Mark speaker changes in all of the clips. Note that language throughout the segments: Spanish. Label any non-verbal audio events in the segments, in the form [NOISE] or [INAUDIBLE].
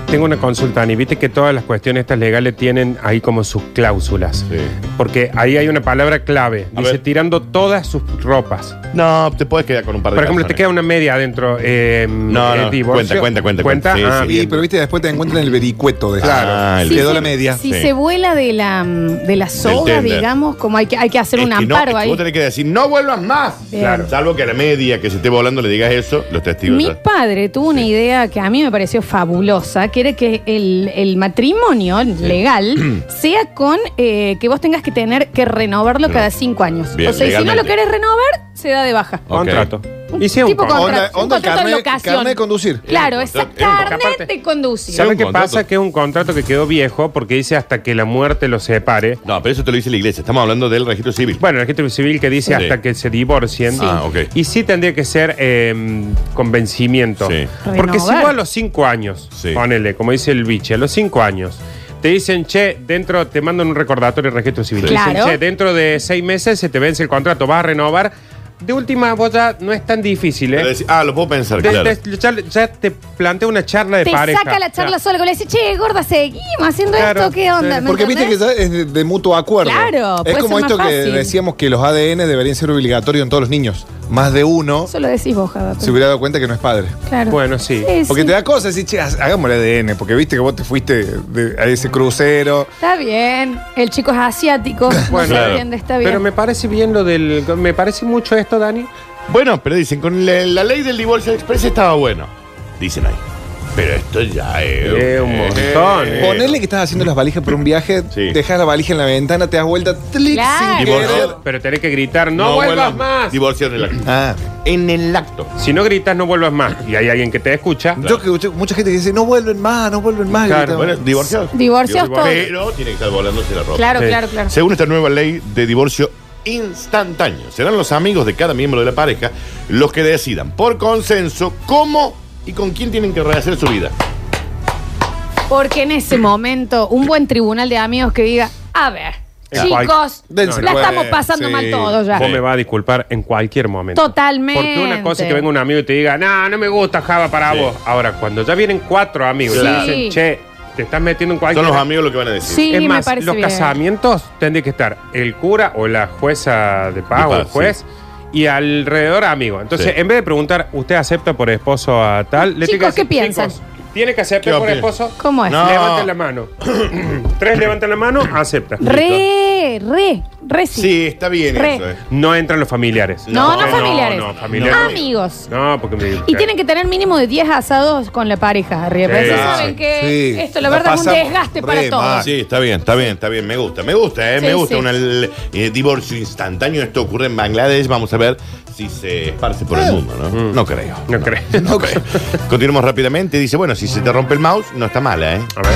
Speaker 1: Tengo una consulta, Ani. Viste que todas las cuestiones estas legales tienen ahí como sus cláusulas.
Speaker 2: Sí.
Speaker 1: Porque ahí hay una palabra clave.
Speaker 2: A
Speaker 1: dice
Speaker 2: ver.
Speaker 1: tirando todas sus ropas.
Speaker 2: No, te puedes quedar con un par de
Speaker 1: Por ejemplo, te
Speaker 2: calzones.
Speaker 1: queda una media adentro. Eh,
Speaker 2: No,
Speaker 1: eh,
Speaker 2: no,
Speaker 1: divorcio.
Speaker 2: cuenta, cuenta, cuenta,
Speaker 1: ¿Cuenta?
Speaker 2: cuenta. Sí,
Speaker 1: Ah,
Speaker 2: sí.
Speaker 3: Sí, pero viste, después te encuentran el vericueto de
Speaker 2: Ah, el
Speaker 3: te
Speaker 2: vericueto.
Speaker 3: quedó la media.
Speaker 4: Si
Speaker 2: Sí.
Speaker 4: se vuela de la, mm, de la soga,
Speaker 2: tender.
Speaker 4: digamos, como hay que, hay que hacer
Speaker 2: Es
Speaker 4: un
Speaker 2: que no,
Speaker 4: amparo
Speaker 2: es que
Speaker 4: ahí.
Speaker 2: Vos tenés que decir, no vuelvas más.
Speaker 4: Bien. Claro.
Speaker 2: Salvo que a la media que se esté volando le digas eso, los testigos.
Speaker 4: Mi
Speaker 2: ya-
Speaker 4: padre tuvo una idea que a mí me pareció fabulosa, que era que el, el matrimonio
Speaker 1: [CLEARS THROAT]
Speaker 4: legal sea con eh, que vos tengas que tener que renovarlo
Speaker 2: Claro.
Speaker 4: cada cinco años.
Speaker 2: Bien,
Speaker 4: o sea, y si no lo
Speaker 2: legalmente.
Speaker 4: querés renovar, se da de baja.
Speaker 2: Ok.
Speaker 1: Contrato. Y si es un
Speaker 4: Tipo
Speaker 1: contrato.
Speaker 4: contra-
Speaker 3: Onda-
Speaker 4: un
Speaker 3: onda
Speaker 4: contrato de
Speaker 3: carnet-
Speaker 4: locación.
Speaker 3: carnet de conducir.
Speaker 4: Claro,
Speaker 1: Eh,
Speaker 2: Era un
Speaker 4: esa
Speaker 2: contrato, era un
Speaker 4: carnet
Speaker 1: contrato. Aparte-
Speaker 4: de conducir.
Speaker 1: ¿Sabes qué
Speaker 2: contrato.
Speaker 1: pasa? Que es un contrato que quedó viejo porque dice hasta que la muerte los separe.
Speaker 2: No, pero eso te lo dice la iglesia. Estamos hablando del registro civil.
Speaker 1: Bueno, el registro civil que dice
Speaker 2: Sí.
Speaker 1: hasta que se divorcien.
Speaker 2: Ah, ok.
Speaker 1: Y sí tendría que ser eh, con vencimiento.
Speaker 2: Sí.
Speaker 1: Porque si
Speaker 4: Renovar.
Speaker 1: vos a los cinco años,
Speaker 2: Sí.
Speaker 1: ponele, como dice el biche, a los cinco años, te dicen, che, dentro, te mandan un recordatorio de registro civil.
Speaker 4: Sí.
Speaker 1: Te dicen,
Speaker 4: Claro.
Speaker 1: che, dentro de seis meses se te vence el contrato, vas a renovar. De última, vos ya no es tan difícil,
Speaker 2: Pero
Speaker 1: ¿eh?
Speaker 2: decís, ah, lo puedo pensar,
Speaker 1: De-
Speaker 2: claro.
Speaker 1: de- ya, ya te plantea una charla de
Speaker 4: Te
Speaker 1: pareja.
Speaker 4: saca la charla sola, que le dice, che, gorda, seguimos haciendo
Speaker 1: Claro,
Speaker 4: esto, ¿qué onda?
Speaker 1: sí.
Speaker 4: ¿Me
Speaker 3: Porque viste que
Speaker 4: entendés?
Speaker 3: ya es de, de mutuo acuerdo.
Speaker 4: Claro,
Speaker 3: Es
Speaker 4: puede
Speaker 3: como
Speaker 4: ser más
Speaker 3: esto que
Speaker 4: fácil.
Speaker 3: decíamos que los ADN deberían ser obligatorios en todos los niños. Más de uno
Speaker 4: Eso lo decís vos, Java.
Speaker 3: se hubiera dado cuenta que no es padre.
Speaker 4: Claro.
Speaker 1: Bueno, sí.
Speaker 3: Porque
Speaker 4: sí.
Speaker 3: te da cosas decir, che, ha- hagamos el ADN, porque viste que vos te fuiste de- a ese crucero.
Speaker 4: Está bien. El chico es asiático. no
Speaker 1: Bueno,
Speaker 4: se
Speaker 2: claro.
Speaker 4: entiende, está bien.
Speaker 1: Pero me parece bien lo del... Me parece mucho esto, Dani.
Speaker 2: Bueno, pero dicen, con la, la ley del divorcio express estaba bueno. Dicen ahí. Pero esto ya es.
Speaker 1: Es un montón. eh.
Speaker 3: Ponerle que estás haciendo las valijas por un viaje,
Speaker 2: Sí.
Speaker 3: dejas la valija en la ventana, te das vuelta, tlic,
Speaker 4: Claro.
Speaker 3: sin querer.
Speaker 2: Divorcio.
Speaker 1: Pero tenés que gritar, no, vuelvas
Speaker 2: vuelvan-
Speaker 1: más.
Speaker 2: Divorcio en el acto.
Speaker 3: Ah.
Speaker 2: En el acto.
Speaker 1: Si no gritas, no vuelvas más. Y hay alguien que te escucha.
Speaker 3: Yo que escuché mucha gente que dice, no vuelven más, no vuelven más.
Speaker 1: Claro,
Speaker 3: gritan.
Speaker 2: Bueno, divorciados.
Speaker 4: Divorciados
Speaker 2: Divorcio-
Speaker 4: todos.
Speaker 2: Pero tiene que estar volándose la ropa.
Speaker 4: Claro,
Speaker 1: Sí.
Speaker 4: claro, claro.
Speaker 2: Según esta nueva ley de divorcio instantáneo, serán los amigos de cada miembro de la pareja los que decidan por consenso cómo y con quién tienen que rehacer su vida.
Speaker 4: Porque en ese momento, un buen tribunal de amigos que diga, a ver,
Speaker 1: Eh,
Speaker 4: chicos,
Speaker 3: cual- Dense
Speaker 4: la
Speaker 3: cuenta,
Speaker 4: estamos pasando
Speaker 3: sí.
Speaker 4: mal todos ya.
Speaker 1: Vos me vas a disculpar en cualquier momento.
Speaker 4: Totalmente.
Speaker 1: Porque una cosa es que venga un amigo y te diga, no, no me gusta Java para
Speaker 2: Sí.
Speaker 1: vos. Ahora, cuando ya vienen cuatro amigos y
Speaker 2: Claro.
Speaker 1: te dicen, che, te estás metiendo en cualquier.
Speaker 2: Son los amigos los que van a decir.
Speaker 4: Sí,
Speaker 1: Es
Speaker 4: me
Speaker 1: más,
Speaker 4: parece
Speaker 1: los
Speaker 4: bien.
Speaker 1: casamientos tendría que estar el cura o la jueza de paz
Speaker 2: De
Speaker 1: o el
Speaker 2: paz,
Speaker 1: juez y alrededor amigos. Entonces,
Speaker 2: Sí.
Speaker 1: en vez de preguntar, ¿usted acepta por esposo a tal? tiene
Speaker 4: Chicos,
Speaker 1: que
Speaker 4: ¿qué piensan?
Speaker 1: "Chicos, ¿Tiene que aceptar
Speaker 2: ¿Qué
Speaker 1: por
Speaker 2: opinan?
Speaker 1: esposo?
Speaker 4: ¿Cómo es?
Speaker 2: No.
Speaker 1: Levanten la mano. [CLEARS THROAT] Tres levantan la mano, acepta.
Speaker 4: Re, re, re sí.
Speaker 2: Sí, está bien
Speaker 4: Re.
Speaker 2: eso. eh.
Speaker 1: No entran los familiares.
Speaker 4: No, no,
Speaker 1: Eh,
Speaker 4: familiares.
Speaker 1: No, familiares.
Speaker 4: Amigos.
Speaker 1: No, porque me
Speaker 4: Y tienen que tener mínimo de 10 asados con la pareja arriba.
Speaker 1: Sí.
Speaker 4: Pero ustedes
Speaker 1: Claro.
Speaker 4: saben que
Speaker 3: Sí.
Speaker 4: esto, la
Speaker 3: La
Speaker 4: verdad, es un
Speaker 3: pasamos
Speaker 4: desgaste
Speaker 3: re
Speaker 4: para todos.
Speaker 3: mal.
Speaker 2: Sí, está bien, está bien, está bien. Me gusta, me gusta, ¿eh?
Speaker 4: Sí,
Speaker 2: me gusta.
Speaker 4: sí.
Speaker 2: Un eh, divorcio instantáneo. Esto ocurre en Bangladesh. Vamos a ver si se esparce por el mundo, ¿no? Eh. Mm. No creo.
Speaker 1: No creo.
Speaker 2: No [LAUGHS] creo. Continuamos rápidamente. Dice, bueno, si se te rompe el mouse, no está mala, ¿eh?
Speaker 1: A ver.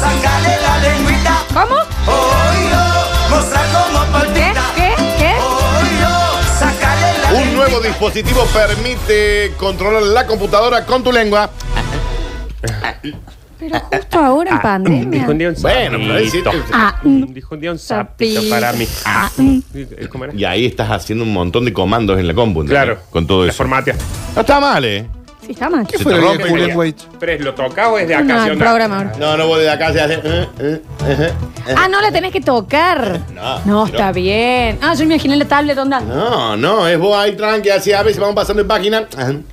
Speaker 5: Sácale la lengüita,
Speaker 4: ¿Cómo?
Speaker 5: oído, mostrar como
Speaker 4: ¿Qué?
Speaker 5: palpita.
Speaker 4: ¿Qué? ¿Qué?
Speaker 5: Oído, sácale la
Speaker 2: Un nuevo
Speaker 5: lengüita.
Speaker 2: dispositivo permite controlar la computadora con tu lengua.
Speaker 4: Pero justo ahora
Speaker 1: Ah,
Speaker 4: en pandemia.
Speaker 1: Dijo un día un
Speaker 2: Bueno, pero ahí sí
Speaker 1: sapito.
Speaker 2: te-
Speaker 4: Ah, mm,
Speaker 1: Dijo un día un sapito
Speaker 4: Sapito.
Speaker 1: para mí. eh,
Speaker 4: Ah, mm.
Speaker 1: ¿Cómo era?
Speaker 2: Y ahí estás haciendo un montón de comandos en la compu. ¿entendés?
Speaker 1: Claro.
Speaker 2: Con todo
Speaker 1: La
Speaker 2: eso.
Speaker 1: formatea.
Speaker 2: No está mal, ¿eh?
Speaker 4: Sí, está mal.
Speaker 3: ¿Qué
Speaker 2: Se
Speaker 3: fue
Speaker 2: te
Speaker 3: la vida
Speaker 2: rompe
Speaker 3: de
Speaker 2: el
Speaker 3: Julian
Speaker 2: día.
Speaker 3: Wade?
Speaker 1: ¿Pero lo toca o es de
Speaker 4: No,
Speaker 1: acá?
Speaker 4: el programador.
Speaker 2: No, no, vos de acá se hace. eh, eh, eh, eh.
Speaker 4: Ah, no la tenés que tocar.
Speaker 2: No, pero-
Speaker 4: está bien. Ah, yo me imaginé la tablet onda.
Speaker 2: No, no, es vos ahí tranqui, así a veces vamos pasando de página.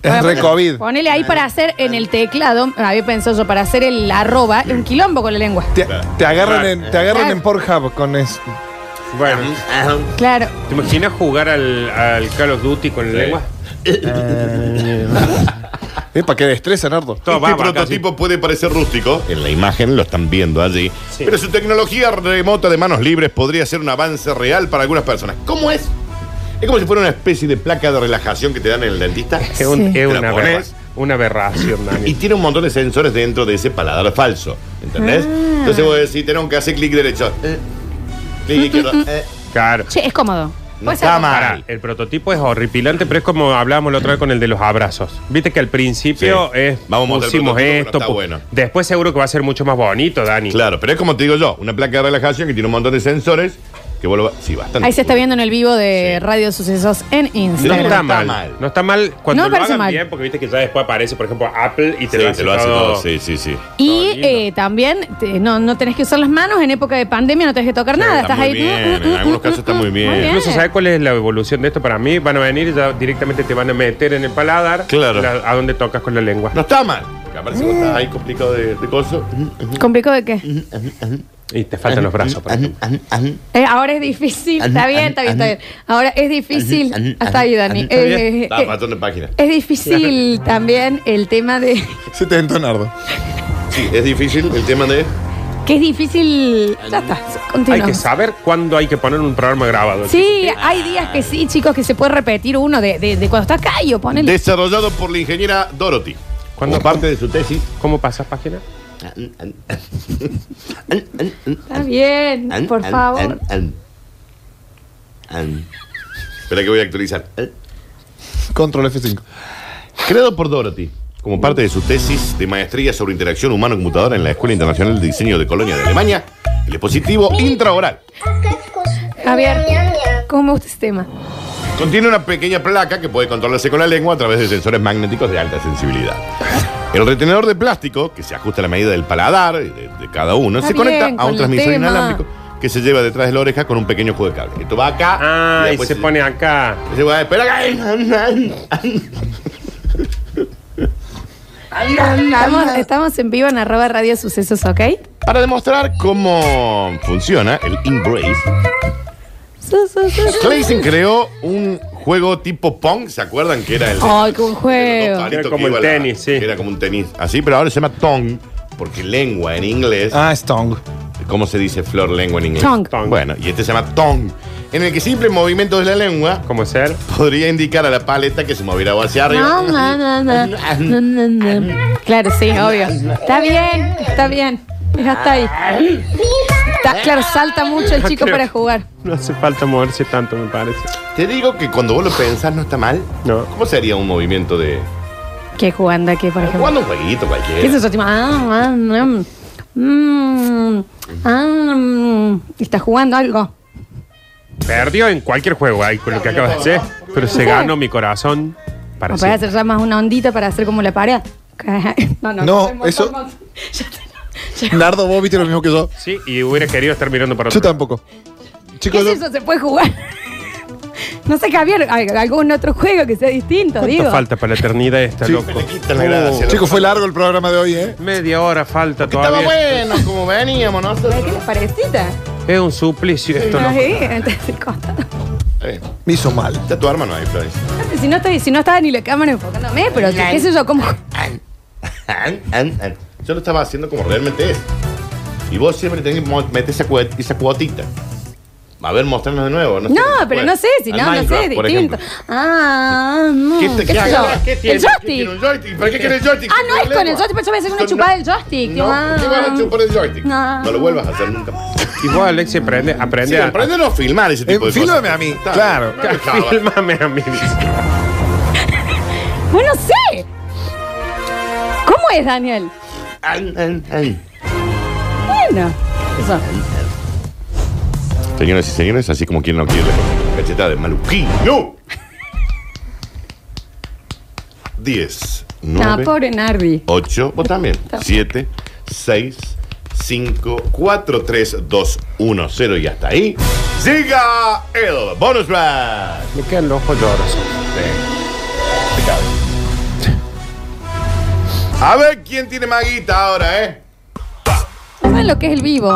Speaker 3: Es re COVID.
Speaker 4: Ponele ahí para hacer en el teclado, había pensado yo, para hacer el arroba, un quilombo con la lengua.
Speaker 3: Te, te agarran, en, te agarran
Speaker 4: Claro.
Speaker 3: en Pornhub con eso.
Speaker 1: Bueno,
Speaker 4: Claro.
Speaker 1: ¿te imaginas jugar al, al Call of Duty con la lengua?
Speaker 3: Es para que destreza, Nardo.
Speaker 1: Todo
Speaker 2: este
Speaker 1: baba,
Speaker 2: prototipo puede parecer rústico, en la imagen lo están viendo allí, pero su tecnología remota de manos libres podría ser un avance real para algunas personas. ¿Cómo es? Es como si fuera una especie de placa de relajación que te dan en el dentista.
Speaker 1: casi. Es, un-
Speaker 4: Sí.
Speaker 1: es
Speaker 2: ¿Te la
Speaker 1: una,
Speaker 2: pones?
Speaker 1: aberra- una aberración,
Speaker 2: Y
Speaker 1: Dani.
Speaker 2: tiene un montón de sensores dentro de ese paladar falso, ¿entendés?
Speaker 4: Ah.
Speaker 2: Entonces vos decís, tenés que hacer clic derecho. eh, clic
Speaker 4: [LAUGHS]
Speaker 2: izquierdo. eh.
Speaker 1: Claro.
Speaker 4: Che, es cómodo.
Speaker 2: No
Speaker 4: Puede ser
Speaker 2: está
Speaker 4: cómodo.
Speaker 2: mal.
Speaker 1: Pará, el prototipo es horripilante, pero es como hablábamos la otra vez con el de los abrazos. Viste que al principio
Speaker 2: Sí.
Speaker 1: es
Speaker 2: Vamos a mostrar el
Speaker 1: pusimos
Speaker 2: prototipo,
Speaker 1: esto,
Speaker 2: pero está
Speaker 1: pu-
Speaker 2: bueno.
Speaker 1: después seguro que va a ser mucho más bonito, Dani.
Speaker 2: Claro, pero es como te digo yo, una placa de relajación que tiene un montón de sensores que vos lo va- Sí, bastante.
Speaker 4: Ahí se está viendo en el vivo de
Speaker 2: Sí.
Speaker 4: Radio Sucesos en
Speaker 1: No
Speaker 4: Instagram.
Speaker 2: No
Speaker 1: está,
Speaker 2: está
Speaker 1: mal.
Speaker 2: mal.
Speaker 1: No está mal cuando
Speaker 4: No me
Speaker 1: lo
Speaker 4: parece
Speaker 1: hagan
Speaker 4: mal.
Speaker 1: bien, porque viste que ya después aparece, por ejemplo, Apple y
Speaker 2: Sí,
Speaker 1: te lo
Speaker 2: te,
Speaker 1: hace
Speaker 2: lo hace todo.
Speaker 1: todo.
Speaker 2: Sí, sí, sí.
Speaker 4: Y
Speaker 1: Está lindo.
Speaker 4: eh, también te- no, no tenés que usar las manos en época de pandemia, no tenés que tocar nada.
Speaker 2: está
Speaker 4: Estás
Speaker 2: muy
Speaker 4: ahí. mm,
Speaker 2: bien, en algunos casos está
Speaker 4: [LAUGHS]
Speaker 2: muy bien.
Speaker 1: Incluso, ¿sabes cuál es la evolución de esto para mí? Van a venir y ya directamente te van a meter en el paladar
Speaker 2: Claro.
Speaker 1: la- a donde tocas con la lengua.
Speaker 2: No está mal. Porque aparece cuando estás ahí complicado de, de coso.
Speaker 4: mm. ¿Complicó de qué?
Speaker 1: Y te faltan los brazos,
Speaker 2: Ah,
Speaker 1: por ejemplo.
Speaker 4: Eh, ahora es difícil. Está bien, está bien, está bien. Ahora es difícil. Hasta ahí, Dani.
Speaker 1: Está bien.
Speaker 4: Eh, eh,
Speaker 2: Está,
Speaker 4: eh,
Speaker 2: matón de página.
Speaker 4: es difícil también el tema de.
Speaker 3: Se te entró, Nardo.
Speaker 2: Sí, es difícil el tema de.
Speaker 4: que es difícil. Ya está,
Speaker 1: Hay
Speaker 4: continúa.
Speaker 1: que saber cuándo hay que poner un programa grabado.
Speaker 4: Sí, hay días que sí, chicos, que se puede repetir uno de, de- de cuando está callo, ponele.
Speaker 2: Desarrollado por la ingeniera Dorothy.
Speaker 1: ¿Cuándo-
Speaker 2: Cuando parte de su tesis. [LAUGHS]
Speaker 1: ¿Cómo pasas página?
Speaker 4: Está bien, por favor.
Speaker 2: Espera que voy a actualizar.
Speaker 3: Control F5.
Speaker 2: Creado por Dorothy. Como parte de su tesis de maestría sobre interacción humano-computadora en la Escuela Internacional de Diseño de Colonia de Alemania, el dispositivo intraoral
Speaker 4: Javier, ¿cómo me gusta este tema?
Speaker 2: Contiene una pequeña placa que puede controlarse con la lengua a través de sensores magnéticos de alta sensibilidad. El retenedor de plástico, que se ajusta a la medida del paladar de, de cada uno,
Speaker 4: Está
Speaker 2: se conecta
Speaker 4: bien,
Speaker 2: a
Speaker 4: con
Speaker 2: un
Speaker 4: el
Speaker 2: transmisor
Speaker 4: tema.
Speaker 2: inalámbrico que se lleva detrás de la oreja con un pequeño juego de cable. Esto va acá.
Speaker 1: Ah, y
Speaker 2: después
Speaker 1: se pone acá.
Speaker 2: se va a esperar.
Speaker 4: Estamos, estamos en vivo en arroba radio sucesos, ¿ok?
Speaker 2: Para demostrar cómo funciona el Embrace,
Speaker 4: Su, su, su, su.
Speaker 2: Clayson creó un juego tipo Pong, ¿se acuerdan que era el.
Speaker 4: Ay, qué buen
Speaker 2: de
Speaker 4: juego.
Speaker 2: los dos palitos
Speaker 1: Era como
Speaker 2: que iba
Speaker 1: el
Speaker 2: la-
Speaker 1: tenis, sí.
Speaker 2: Era como un tenis. Así, pero ahora se llama Tong, porque lengua en inglés.
Speaker 3: Ah, Stong.
Speaker 2: ¿Cómo se dice flor lengua en inglés?
Speaker 4: Tongue.
Speaker 1: Tongue.
Speaker 2: Bueno, y este se llama Tong, en el que simple movimiento de la lengua
Speaker 1: Como ser.
Speaker 2: podría indicar a la paleta que se moviera o hacia arriba.
Speaker 4: No, no, no, no, no, no, no. Claro, sí, obvio. Está bien, está bien. Ya está ahí. Está- claro, salta mucho el chico
Speaker 1: creo.
Speaker 4: para jugar.
Speaker 1: No hace falta moverse tanto, me parece.
Speaker 2: Te digo que cuando vos lo pensás no está mal.
Speaker 1: No.
Speaker 2: ¿Cómo sería un movimiento de.
Speaker 4: ¿Qué jugando aquí, por ejemplo?
Speaker 2: Jugando un jueguito cualquiera.
Speaker 4: ¿Qué es eso? Tipo, ah, ah, mm, mm, ah, mm. ¿Está jugando algo?
Speaker 1: Perdió en cualquier juego ahí con lo que acabas de hacer. Pero se ganó mi corazón. Para
Speaker 4: ¿O para
Speaker 1: siempre.
Speaker 4: hacer ya más una ondita para hacer como la pared? [LAUGHS] No, no,
Speaker 3: No,
Speaker 4: soy montón,
Speaker 3: eso-
Speaker 4: montón. Ya te-
Speaker 3: Nardo, vos viste lo mismo que yo.
Speaker 1: Sí, y hubiera querido estar mirando para
Speaker 3: Yo
Speaker 1: otro.
Speaker 3: tampoco.
Speaker 4: ¿Qué
Speaker 3: Chicos,
Speaker 4: es
Speaker 3: yo-
Speaker 4: eso? ¿Se puede jugar? [LAUGHS] No sé, Javier, ¿hay algún otro juego que sea distinto,
Speaker 1: ¿Cuánto
Speaker 4: digo.
Speaker 1: falta para la eternidad esta,
Speaker 3: Sí.
Speaker 1: loco? Uh,
Speaker 2: Le quitan la gracia.
Speaker 3: chicos, fue largo el programa de hoy, ¿eh?
Speaker 1: Media hora falta
Speaker 2: Estaba
Speaker 1: todavía.
Speaker 2: bueno como veníamos nosotros.
Speaker 4: ¿Qué les parecita?
Speaker 1: Es un suplicio esto, ¿no?
Speaker 4: Ahí, entonces, el costado.
Speaker 2: Está bien.
Speaker 3: Me hizo mal.
Speaker 2: Está tu arma no hay, Florencia.
Speaker 4: Si no, estoy, si no estaba ni la cámara enfocándome, pero que- qué sé yo, ¿cómo?
Speaker 2: An, an, an. Yo lo estaba haciendo como realmente es. Y vos siempre tenés que mo- meter esa, cue- esa cuotita. A ver, mostrarnos de nuevo. No, sé.
Speaker 4: [LAUGHS] No, pero no sé, si
Speaker 2: Al
Speaker 4: no, no sé,
Speaker 2: Minecraft, por
Speaker 4: distinto.
Speaker 2: ejemplo.
Speaker 4: Ah, no.
Speaker 2: ¿Qué, te-
Speaker 4: ¿Qué
Speaker 2: qué
Speaker 4: sé
Speaker 2: agarras?
Speaker 4: yo?
Speaker 2: ¿Qué tiene?
Speaker 4: El
Speaker 2: ¿Qué tiene un
Speaker 4: joystick.
Speaker 2: joystick? ¿Para qué quiere el joystick?
Speaker 4: Ah, no es con el
Speaker 2: lengua.
Speaker 4: joystick, pero yo pensé una
Speaker 2: Son-
Speaker 4: chupada del joystick.
Speaker 2: No,
Speaker 4: Ah.
Speaker 2: ¿qué vas a chupar el joystick?
Speaker 4: No.
Speaker 2: No, lo vuelvas a hacer nunca.
Speaker 1: Igual, Alexi, aprende,
Speaker 2: Sí,
Speaker 1: aprende a.
Speaker 2: aprende a no filmar ese
Speaker 3: Eh,
Speaker 2: tipo de
Speaker 3: fílmame
Speaker 2: cosas.
Speaker 3: a mí,
Speaker 2: Está
Speaker 3: claro.
Speaker 2: bien, no me acaba.
Speaker 1: Fílmame a mí. [LAUGHS]
Speaker 4: Bueno, sé. ¿Cómo es, Daniel?
Speaker 2: An, an, an.
Speaker 4: Bueno, eso.
Speaker 2: Señoras y señores, así como quien no quiere la cachetada de Maluquín. [LAUGHS] ¡No! 10,
Speaker 4: No,
Speaker 2: 9,
Speaker 4: Ah, pobre Nardi.
Speaker 2: 8, vos también. 7, 6, 5, 4, 3, 2, 1, 0 y hasta ahí. ¡Llega el bonus track!
Speaker 1: Me quedan los ojos lloros.
Speaker 2: Te cabe. A ver quién tiene maguita ahora, ¿eh?
Speaker 4: ¿Saben lo que es el vivo?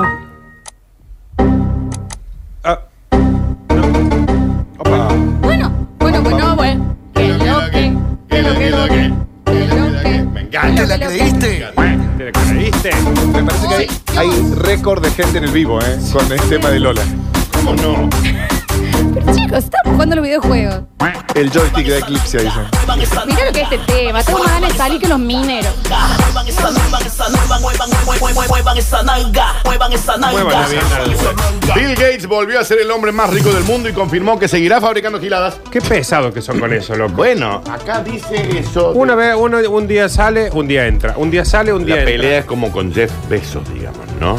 Speaker 4: Bueno, bueno, bueno, bueno. Que lo que, que lo que, lo que, que lo que.
Speaker 2: Me encanta.
Speaker 3: ¿Te la creíste?
Speaker 1: Bueno, ¿Te la creíste?
Speaker 3: Me parece que hay, hay récord de gente en el vivo, ¿eh? Con el tema de Lola.
Speaker 2: ¿Cómo no?
Speaker 4: Pero chicos, estamos jugando los videojuegos.
Speaker 3: El joystick de Eclipse, dicen.
Speaker 4: Mirá lo que es este tema. Tengo más ganas de salir que los mineros.
Speaker 1: Muevan la mierda.
Speaker 2: Bill Gates volvió a ser el hombre más rico del mundo y confirmó que seguirá fabricando giladas.
Speaker 1: Qué pesado que son con eso, loco.
Speaker 2: Bueno, acá dice eso.
Speaker 1: Una vez, uno, un día sale, un día entra. Un día sale, un día
Speaker 2: La
Speaker 1: entra.
Speaker 2: pelea es como con Jeff Bezos, digamos, ¿no?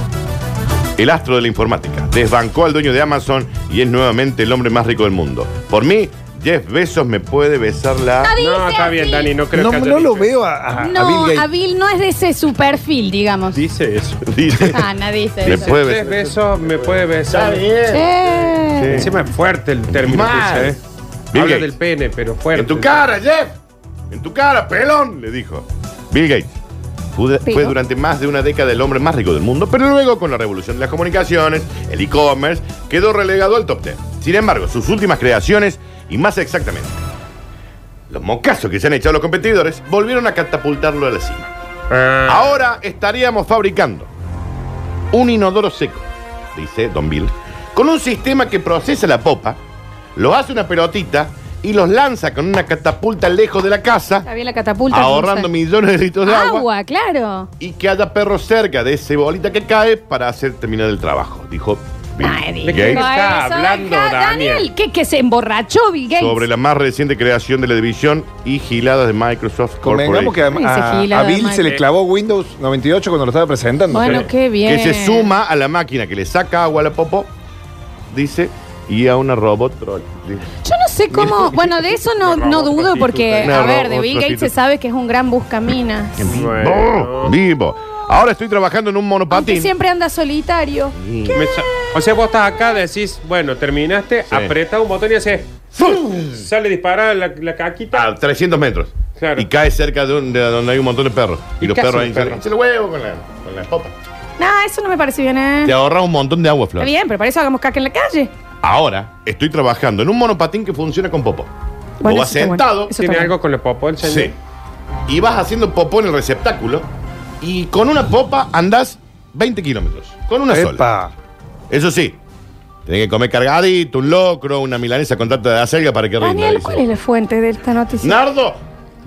Speaker 2: El astro de la informática desbancó al dueño de Amazon y es nuevamente el hombre más rico del mundo. Por mí, Jeff Bezos me puede besar la.
Speaker 1: No, está bien, Dani, no creo
Speaker 3: No,
Speaker 1: que haya
Speaker 3: no lo
Speaker 1: dicho.
Speaker 3: veo a,
Speaker 2: Ah,
Speaker 3: a- a
Speaker 4: No,
Speaker 3: Bill
Speaker 4: a
Speaker 3: Gates.
Speaker 4: Bill no es de ese su perfil, digamos.
Speaker 1: Dice eso. [LAUGHS]
Speaker 2: Dice.
Speaker 4: Ana dice
Speaker 2: Me
Speaker 4: eso.
Speaker 2: puede
Speaker 1: Tres
Speaker 2: besar.
Speaker 1: besos, me puede besar.
Speaker 4: Eh.
Speaker 1: Encima es fuerte el término
Speaker 2: Mal.
Speaker 1: que usa, ¿eh?
Speaker 2: Bill
Speaker 1: Habla
Speaker 2: Gates.
Speaker 1: del pene, pero fuerte.
Speaker 2: En tu cara, Jeff. En tu cara, pelón, le dijo. Bill Gates. Fue, fue
Speaker 4: Pero.
Speaker 2: durante más de una década el hombre más rico del mundo, pero luego con la revolución de las comunicaciones, el e-commerce, quedó relegado al top 10. Sin embargo, sus últimas creaciones, y más exactamente, los mocazos que se han echado los competidores, volvieron a catapultarlo a la cima.
Speaker 1: Ah,
Speaker 2: Ahora estaríamos fabricando un inodoro seco, dice Don Bill, con un sistema que procesa la popa, lo hace una pelotita y los lanza con una catapulta lejos de la casa,
Speaker 4: Está bien la catapulta.
Speaker 2: ahorrando
Speaker 4: entonces.
Speaker 2: millones de litros de agua,
Speaker 4: Agua, claro.
Speaker 2: y que haya perros cerca de ese bolita que cae para hacer terminar el trabajo, dijo Bill
Speaker 4: Ay,
Speaker 1: ¿De qué
Speaker 2: Gates
Speaker 1: está
Speaker 4: eso,
Speaker 1: hablando,
Speaker 4: deja-
Speaker 1: Daniel?
Speaker 4: ¿Qué, que se emborrachó Bill Gates?
Speaker 2: sobre la más reciente creación de la división y giladas de Microsoft
Speaker 3: Convengamos que a,
Speaker 2: Corporation.
Speaker 4: Ese
Speaker 3: a-
Speaker 4: gilada
Speaker 3: a Bill se
Speaker 4: madre.
Speaker 3: le clavó Windows 98 cuando lo estaba presentando.
Speaker 4: Bueno, qué bien.
Speaker 2: que se suma a la máquina que le saca agua a la popo, dice, y a una robot troll.
Speaker 4: Yo no sé cómo. Bueno, de eso no,
Speaker 1: Una
Speaker 4: no
Speaker 1: robot
Speaker 4: dudo porque,
Speaker 2: prostituta.
Speaker 4: a
Speaker 2: Una
Speaker 4: ver, de
Speaker 2: robot
Speaker 4: Bill Gates se
Speaker 2: prostituta.
Speaker 4: sabe que es un gran buscaminas.
Speaker 2: Brr,
Speaker 1: bueno.
Speaker 2: Vivo. Ahora estoy trabajando en un
Speaker 4: Aunque
Speaker 2: monopatín.
Speaker 4: siempre anda solitario.
Speaker 1: Me sa- o sea, vos estás acá, decís, bueno, terminaste, apretás un botón y haces. ¡fum! Sale disparada la, la caquita.
Speaker 2: A 300 metros.
Speaker 1: Claro.
Speaker 2: Y cae cerca de, un- de donde hay un montón de perros. Y,
Speaker 1: ¿Y
Speaker 2: los
Speaker 1: qué hace
Speaker 2: perros
Speaker 1: un
Speaker 2: ahí
Speaker 1: perro?
Speaker 2: se- se lo huevo con la, con la popa.
Speaker 4: No, eso no me parece bien, ¿eh?
Speaker 2: Te ahorras un montón de agua, Flor.
Speaker 4: Está bien, pero para eso hagamos caca en la calle.
Speaker 2: Ahora estoy trabajando en un monopatín que funciona con popó.
Speaker 4: Bueno,
Speaker 2: Vos vas
Speaker 4: eso está bueno.
Speaker 2: sentado,
Speaker 4: Eso está
Speaker 1: ¿Tiene
Speaker 4: bueno.
Speaker 1: algo con los popos el señor?
Speaker 2: sí, y vas haciendo popó en el receptáculo y con una popa andás 20 kilómetros. Con una sola.
Speaker 3: Epa.
Speaker 2: Eso sí, tenés que comer cargadito, un locro, una milanesa con tarta de acelga para que rinda.
Speaker 4: Daniel,
Speaker 2: dice.
Speaker 4: ¿cuál es la fuente de esta noticia?
Speaker 2: Nardo,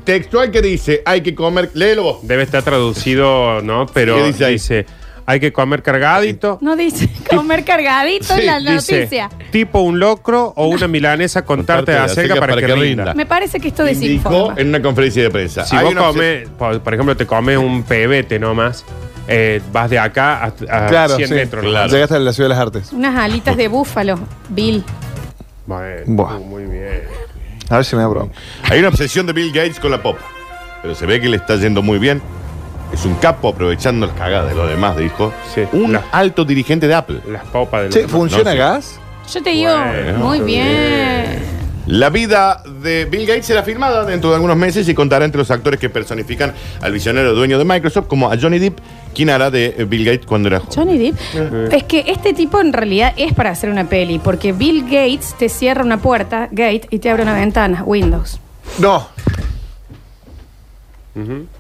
Speaker 2: textual que dice, hay que comer, léelo vos.
Speaker 1: Debe estar traducido, ¿no? Pero
Speaker 2: ¿Qué dice
Speaker 1: dice,
Speaker 2: ahí?
Speaker 1: hay que comer cargadito.
Speaker 4: No
Speaker 2: [LAUGHS]
Speaker 4: dice comer cargadito
Speaker 2: Sí,
Speaker 4: en la
Speaker 1: Dice,
Speaker 4: noticia.
Speaker 1: tipo un locro o una milanesa con tarta de acelga para, que, rinda.
Speaker 4: Me parece que esto
Speaker 2: Indicó
Speaker 4: desinforma.
Speaker 2: en una conferencia de prensa.
Speaker 1: Si
Speaker 2: Hay
Speaker 1: vos
Speaker 2: una opción-
Speaker 1: comes, por, por ejemplo, te comes un pebete nomás, eh, vas de acá a, a
Speaker 3: Claro,
Speaker 1: 100
Speaker 3: sí.
Speaker 1: metros. ¿no?
Speaker 2: Claro.
Speaker 3: Llegaste a la Ciudad de las Artes.
Speaker 4: Unas alitas de búfalo, Bill.
Speaker 1: Bueno, eh,
Speaker 3: Buah.
Speaker 1: muy bien.
Speaker 3: A ver si me da bronca.
Speaker 2: Hay una obsesión de Bill Gates con la pop. Pero se ve que le está yendo muy bien. Es un capo aprovechando las cagadas de los demás, dijo.
Speaker 1: Sí.
Speaker 2: Un
Speaker 1: La-
Speaker 2: alto dirigente de Apple.
Speaker 1: Las popas de
Speaker 3: Che,
Speaker 1: los
Speaker 3: ¿funciona
Speaker 2: no, sí.
Speaker 3: gas?
Speaker 4: Yo te digo,
Speaker 1: Bueno,
Speaker 4: muy
Speaker 1: muy
Speaker 4: bien.
Speaker 2: La vida de Bill Gates será filmada dentro de algunos meses y contará entre los actores que personifican al visionario dueño de Microsoft, como a Johnny Depp, quien hará de eh, Bill Gates cuando era joven.
Speaker 4: Johnny Depp. Es que este tipo en realidad es para hacer una peli, porque Bill Gates te cierra una puerta, gate, y te abre una ventana, Windows.
Speaker 3: No.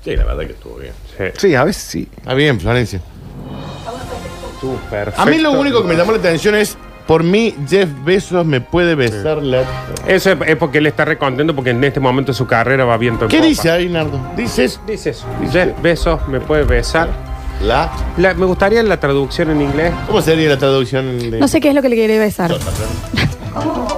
Speaker 2: Sí, la verdad que estuvo bien.
Speaker 1: Sí.
Speaker 3: Sí, a veces sí.
Speaker 2: Está bien, Florencia.
Speaker 1: Tú,
Speaker 2: A mí lo
Speaker 1: perfecto.
Speaker 2: único que me llamó la atención es, por mí, Jeff Bezos me puede besar la...
Speaker 1: Eso es, es porque él está recontento porque en este momento su carrera va viento en
Speaker 2: ¿Qué
Speaker 1: popa.
Speaker 2: dice ahí, Nardo? Dice eso.
Speaker 1: Dice eso. Jeff Bezos me puede besar.
Speaker 2: La...
Speaker 1: La- me gustaría la traducción en inglés.
Speaker 2: ¿Cómo sería la traducción? De...
Speaker 4: No sé qué es lo que le quiere besar.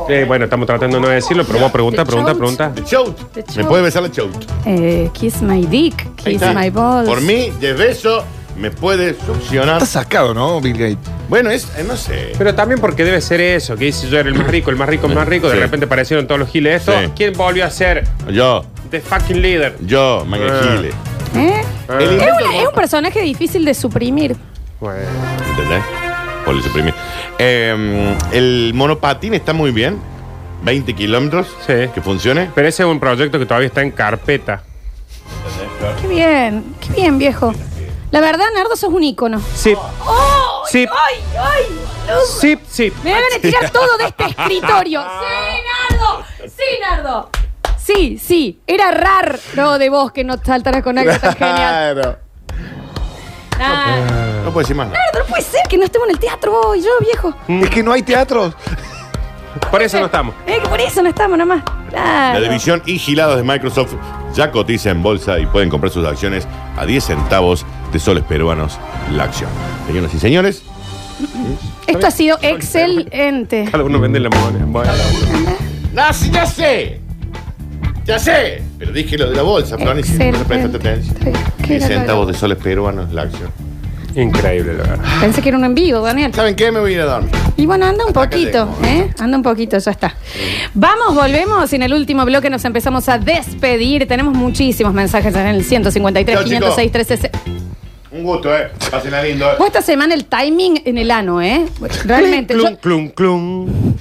Speaker 1: Eh, bueno, estamos tratando de no decirlo, pero vos pregunta, pregunta, pregunta.
Speaker 2: The Chout.
Speaker 4: The Chout.
Speaker 2: Me puede besar la Chout.
Speaker 4: Eh, kiss my dick,
Speaker 2: Ahí
Speaker 4: kiss
Speaker 2: está.
Speaker 4: my balls.
Speaker 2: Por mí, de beso, me puede succionar.
Speaker 3: Está sacado, ¿no, Bill Gates?
Speaker 2: Bueno, es, eh, no sé.
Speaker 1: Pero también porque debe ser eso, que dice yo era el más rico, el más rico, el más rico, de
Speaker 2: Sí.
Speaker 1: repente aparecieron todos los giles estos.
Speaker 2: Sí.
Speaker 1: ¿Quién volvió a ser
Speaker 2: Yo,
Speaker 1: the fucking leader?
Speaker 2: yo, María
Speaker 1: Ah.
Speaker 2: Gile.
Speaker 4: ¿Eh?
Speaker 1: Ah.
Speaker 2: El
Speaker 4: Es,
Speaker 2: invento
Speaker 4: una- es un personaje difícil de suprimir.
Speaker 1: Bueno.
Speaker 2: ¿Entendés? Por el suprimir. Eh, el monopatín está muy bien. 20 kilómetros.
Speaker 1: Sí.
Speaker 2: Que funcione.
Speaker 1: Pero ese es un proyecto que todavía está en carpeta.
Speaker 4: Qué bien, qué bien, viejo. La verdad, Nardo, sos un ícono.
Speaker 1: Zip,
Speaker 4: ¡Oh!
Speaker 1: Sí.
Speaker 4: ¡Ay, ay! Dios.
Speaker 1: zip, zip.
Speaker 4: Me van a tirar todo de este
Speaker 2: [LAUGHS]
Speaker 4: escritorio. ¡Sí, Nardo! ¡Sí, Nardo! Sí, sí. Era raro de vos que no saltaras con algo tan
Speaker 2: [LAUGHS]
Speaker 4: genial. Nah,
Speaker 2: No puedo decir más nada.
Speaker 4: Nardo, no puede ser que no estemos en el teatro vos y yo, viejo.
Speaker 3: Es que no hay teatros.
Speaker 1: Mm. Por eso no estamos.
Speaker 4: Eh, que por eso no estamos nomás. Claro.
Speaker 2: La división y gilados de Microsoft ya cotiza en bolsa y pueden comprar sus acciones a 10 centavos de soles peruanos la acción. Señoras y señores,
Speaker 4: Esto ha sido excelente.
Speaker 1: Cada uno vende la moneda. Bueno.
Speaker 2: No, sí, ya sé. Ya sé. Pero dije lo de la bolsa, Florencia. No le prestaste atención.
Speaker 4: Excelente. ¿Qué
Speaker 2: 10
Speaker 4: era
Speaker 2: centavos
Speaker 4: lo-
Speaker 2: de soles peruanos la acción.
Speaker 1: Increíble, la verdad.
Speaker 4: Pensé que era un en vivo, Daniel.
Speaker 2: ¿Saben qué? Me voy a ir a dormir.
Speaker 4: Y bueno, anda un
Speaker 2: Hasta acá
Speaker 4: poquito,
Speaker 2: llegamos,
Speaker 4: ¿eh? Anda un poquito, ya está. Vamos, volvemos. y En el último bloque nos empezamos a despedir. Tenemos muchísimos mensajes en el 153,
Speaker 2: Chao,
Speaker 4: 506,
Speaker 2: chicos.
Speaker 4: 360.
Speaker 2: Un gusto, ¿eh? Pásenla lindo. ¿eh?
Speaker 4: Vos Pues esta semana el timing en el ano, ¿eh? Realmente.
Speaker 1: Clum,
Speaker 4: yo-
Speaker 1: clum, clum.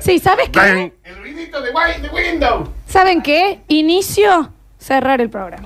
Speaker 4: sí, ¿sabes qué?
Speaker 1: Bang.
Speaker 2: El ruidito de, wi- de Windows.
Speaker 4: ¿Saben qué? Inicio, cerrar el programa.